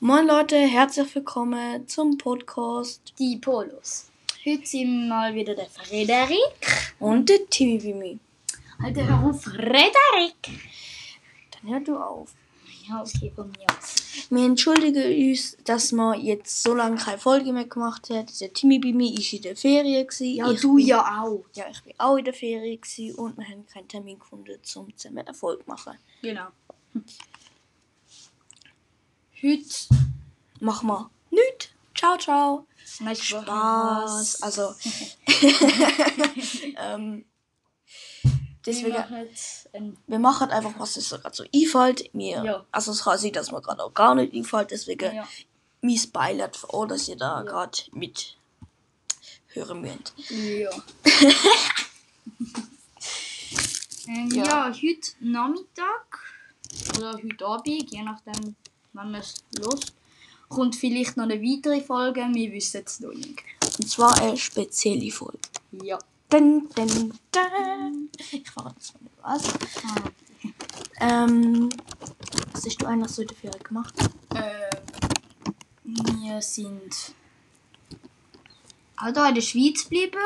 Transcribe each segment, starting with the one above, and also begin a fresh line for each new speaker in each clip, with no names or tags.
Moin Leute, herzlich willkommen zum Podcast
Die Polos. Heute sind mal wieder der Frederik.
und der Timmy wie mich.
Alter, hör auf, Frederik!
Dann hör du auf.
Ja, okay, von mir aus.
Wir entschuldigen uns, dass wir jetzt so lange keine Folge mehr gemacht haben. Der Timmy bei mir war in der Ferien. gewesen. ich bin,
ja auch.
Ja, ich war auch in der Ferien gewesen und wir haben keinen Termin gefunden, um zusammen Erfolg zu machen.
Genau. Heute.
Mach mal nichts. Ciao, ciao.
Nein,
Spaß.
Ah,
Also. ähm,
Deswegen.
deswegen.
Wir machen jetzt ein
wir machen einfach, was uns gerade so einfällt. Mir,
Ja.
Also es kann sein, dass mir gerade auch gar nicht einfällt, deswegen
ja,
mein Beileid für euch, dass ihr da
Ja.
gerade mit hören müsst.
ja. ähm,
Ja.
ja. heute Nachmittag oder heute Abend, je nachdem, wann wir es los. Kommt vielleicht noch eine weitere Folge, wir wissen es noch nicht.
Und zwar eine spezielle Folge.
Ja.
Dun, dun, dun. Ich frage jetzt mal nicht was.
Ah,
Ähm, was hast du eigentlich so in der Ferien gemacht?
Äh, wir sind auch da in der Schweiz geblieben.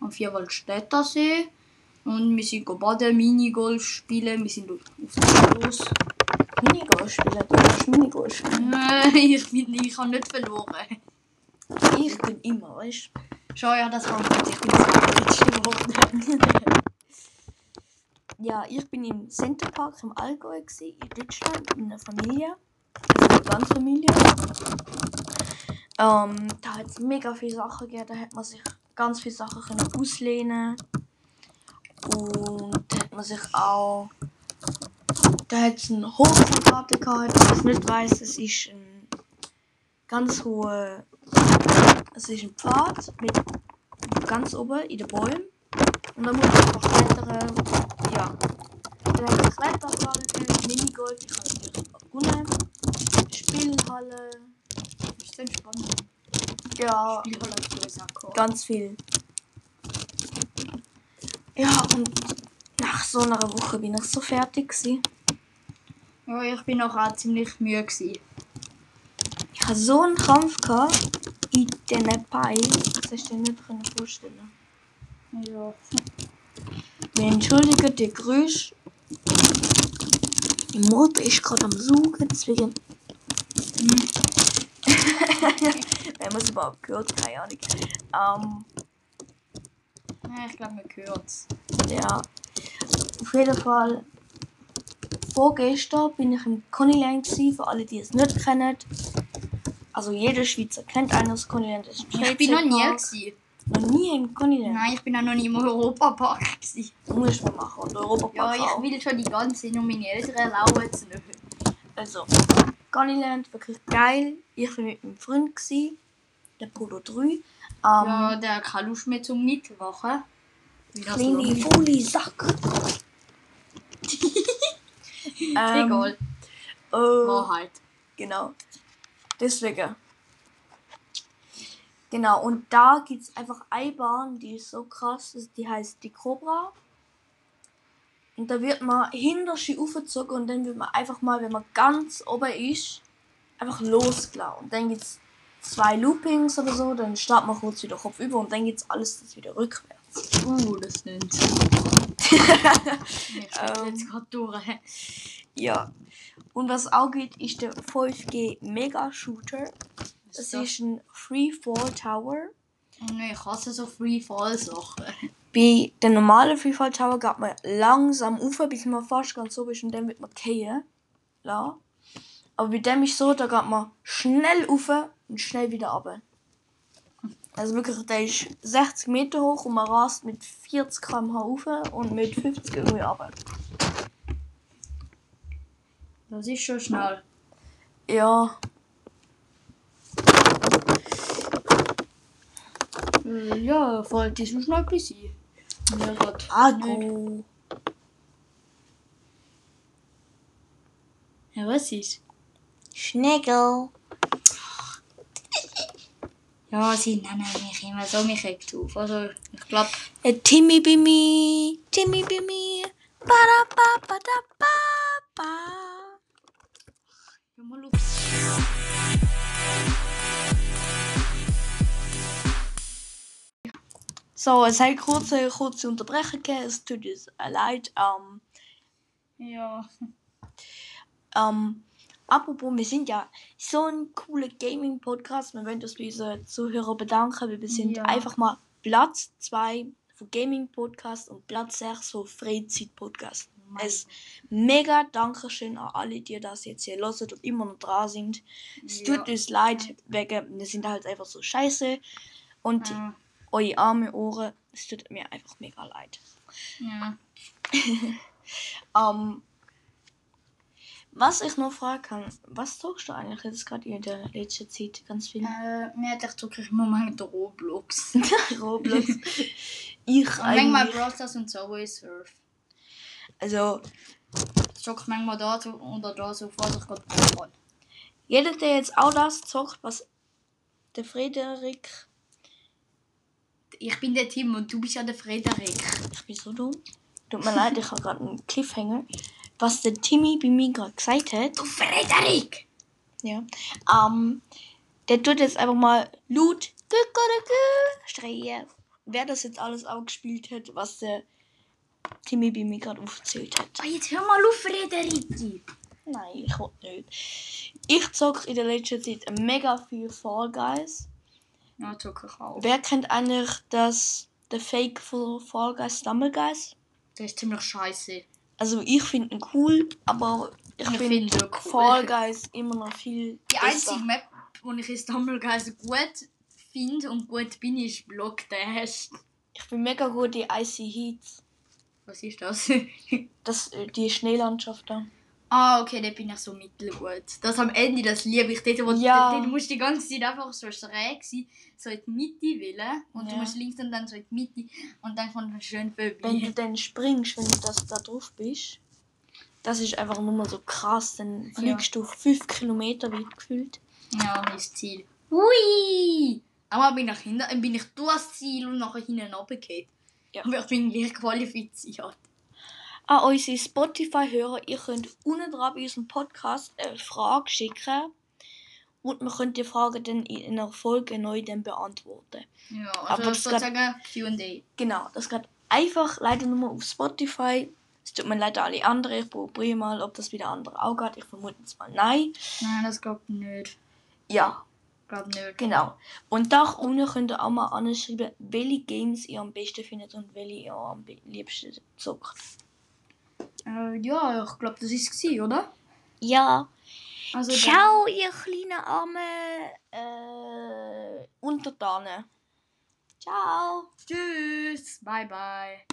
Am Vierwaldstätter See. Und wir sind go baden, Minigolf spielen. Wir sind auf der Los.
Minigolf spielen. Du hast Minigolf spielen.
Nein, ich, bin, ich habe nicht verloren.
Ich bin immer, weißt du?
Schau, ja, das war gut. Ich bin so geworden.
Ja, ich bin im Centerpark im Allgäu gewesen, in Deutschland mit einer Familie. Also mit der ganzen Familie. Ähm, da hat es mega viele Sachen gegeben, da hat man sich ganz viele Sachen können auslehnen Und da hat man sich auch. Da hat es einen Hochseegarten gehabt, wer es nicht weiss, es ist ein ganz hoher. Es ist ein Pfad mit ganz oben in den Bäumen. Und dann muss man einfach klettern ja. Dann haben wir Kletterhalle, Minigolf, ich habe natürlich auch gewonnen. Spielhalle,
Ist denn spannend?
ja,
Ich habe auch gesagt.
ganz viel. Ja, und nach so einer Woche bin ich so fertig gewesen.
Ja, ich bin auch, auch ziemlich müde. Gewesen.
Ich hatte so einen Kampf gehabt in diesen Beinen, das hast du dir nicht können vorstellen
Ja.
Wir entschuldigen die Grüße. Die Mulbe ist gerade am Saugen, deswegen. Wer muss überhaupt gehört? Keine Ahnung. Ähm,
Ja, Ich glaube, man gehört es.
Ähm, ja. Auf jeden Fall. Vorgestern bin ich im Connyland gewesen, für alle, die es nicht kennen. Also jeder Schweizer kennt einen aus Connyland. Es ist ein
Ich bin noch nie.
Freizeitpark.
Gewesen.
Noch nie im Connyland.
Nein, ich bin auch noch nie im Europapark. gewesen.
Muss man machen. Und Europa
Ja, ich will schon die ganze Zeit und meine Eltern erlauben es nicht.
Also, Gulliland, wirklich geil. Ich war mit meinem Freund, gewesen, der Polo 3. Ähm,
Ja, der hat keine Lust mehr zum Mitmachen. Wie das
kleine
läuft.
Folie, Sack. ähm,
Egal, halt.
Äh,
Wahrheit.
genau. Deswegen. Genau, und da gibt es einfach eine Bahn, die ist so krass, das- die heißt die Cobra. Und da wird man hinterher aufgezogen und dann wird man einfach mal, wenn man ganz oben ist, einfach losgelaufen. Und dann gibt es zwei Loopings oder so, dann startet man kurz wieder Kopf über und dann geht alles das wieder rückwärts.
Uh, das nennt. ich
Ähm.
ähm. jetzt gerade durch.
Ja. Und was auch geht, ist der 5G Mega Shooter. Das ist ein Freefall Tower.
Nein, ich hasse so Free-Fall-Sachen.
Bei der normalen Freefall Tower geht man langsam auf, bis man fast ganz oben ist und dann wird man fallen. La. Aber bei dem ist so, da geht man schnell auf und schnell wieder runter. Also wirklich, der ist 60 Meter hoch und man rast mit 40 km/h auf und mit 50 irgendwie runter.
Das ist schon schnell.
Ja,
Äh, Ja, wollte ich so schnell bis sein. Ja, Gott.
Ah, Agu.
Ja, was ist?
Schnegel.
Ja, sie nennen mich immer so, mich regt auf. Also, ich glaube,
Äh, Timmy bei mir. Timmy bei mir. Ba da ba ba da ba ba.
mal auf.
So, es hat kurze, kurze Unterbrechung gegeben. Es tut uns leid. Ähm,
Ja.
ähm, apropos, wir sind ja so ein cooler Gaming-Podcast. Wir wollen uns bei unseren Zuhörern bedanken, weil wir sind
Ja.
einfach mal Platz 2 von Gaming-Podcast und Platz 6 von Freizeit-Podcast. Es mega Dankeschön an alle, die das jetzt hier hören und immer noch dran sind. Es
Ja.
tut uns leid, wegen, wir sind halt einfach so scheiße. Und
Ja.
eure arme Ohren, es tut mir einfach mega leid.
ja.
Ähm, was ich noch fragen kann, was zockst du eigentlich jetzt gerade in der letzten Zeit ganz viel?
Äh, mir hat echt wirklich im Moment Roblox.
Roblox. ich
Und manchmal
eigentlich.
Brosters und Subway Surf.
Also,
Ich zocke manchmal da so- oder da so vor, ich gerade Pokémon.
jeder, der jetzt auch das zockt, was der Frederik.
Ich bin der Tim und du bist ja der Frederik.
Ich bin so dumm. Tut mir leid, ich habe gerade einen Cliffhanger. Was der Timmy bei mir gerade gesagt hat.
Du Frederik!
Ja. Ähm, der tut jetzt einfach mal laut Kuckuckuck schreien. Wer das jetzt alles auch gespielt hat, was der Timmy bei mir gerade aufgezählt hat.
Oh, jetzt hör mal auf, Frederiki!
Nein, ich will nicht. Ich zocke in der letzten Zeit mega viel Fall Guys.
Ja, zocke ich auch.
Wer kennt eigentlich das der Fake von Fall Guys Stumble Guys?
Der ist ziemlich scheiße.
Also ich finde ihn cool, aber ich,
Ich
finde
finde ihn cool.
Fall Guys immer noch viel
Die
besser.
einzige Map, die ich in Stumbleguys gut finde und gut bin, ist Block Dash.
Ich bin mega gut die Icy Heats.
Was ist das?
Das, äh, die Schneelandschaft da.
ah, okay, da bin ich so mittelgut. Das am Ende, das liebe ich. Dort, wo
Ja.
dort, dort musst du die ganze Zeit einfach so schräg sein, so in die Mitte wählen. Und du
Ja.
musst links und dann so in die Mitte und dann kommt man schön
Wenn du
vorbei.
dann springst, wenn du das da drauf bist, das ist einfach nur mal so krass. Dann fliegst du 5 Kilometer weit gefühlt.
Ja, mein Ziel. Hui! Aber bin ich, hinten, bin ich durch das Ziel und nachher hinten runtergefallen.
Ja.
Aber ich bin gleich qualifiziert.
an unsere Spotify-Hörer. Ihr könnt unten dran bei unserem Podcast eine Frage schicken. Und wir können die Frage dann in einer Folge neu dann beantworten.
Ja,
Aber
also
das geht-
sozusagen Q&A.
Genau, das geht einfach leider nur auf Spotify. Es tut mir leid an alle anderen. Ich probiere mal, ob das wieder andere auch geht. Ich vermute jetzt mal nein.
Nein, das glaubt nicht.
Ja,
Glaubt nicht.
genau. Und da unten könnt ihr auch mal anschreiben, welche Games ihr am besten findet und welche ihr am be- liebsten zockt.
Äh, ja, ich glaube, das ist gsi, oder?
Ja,
Also dann-
ciao, ihr kleinen armen äh, Untertanen. Ciao.
Tschüss. Bye bye.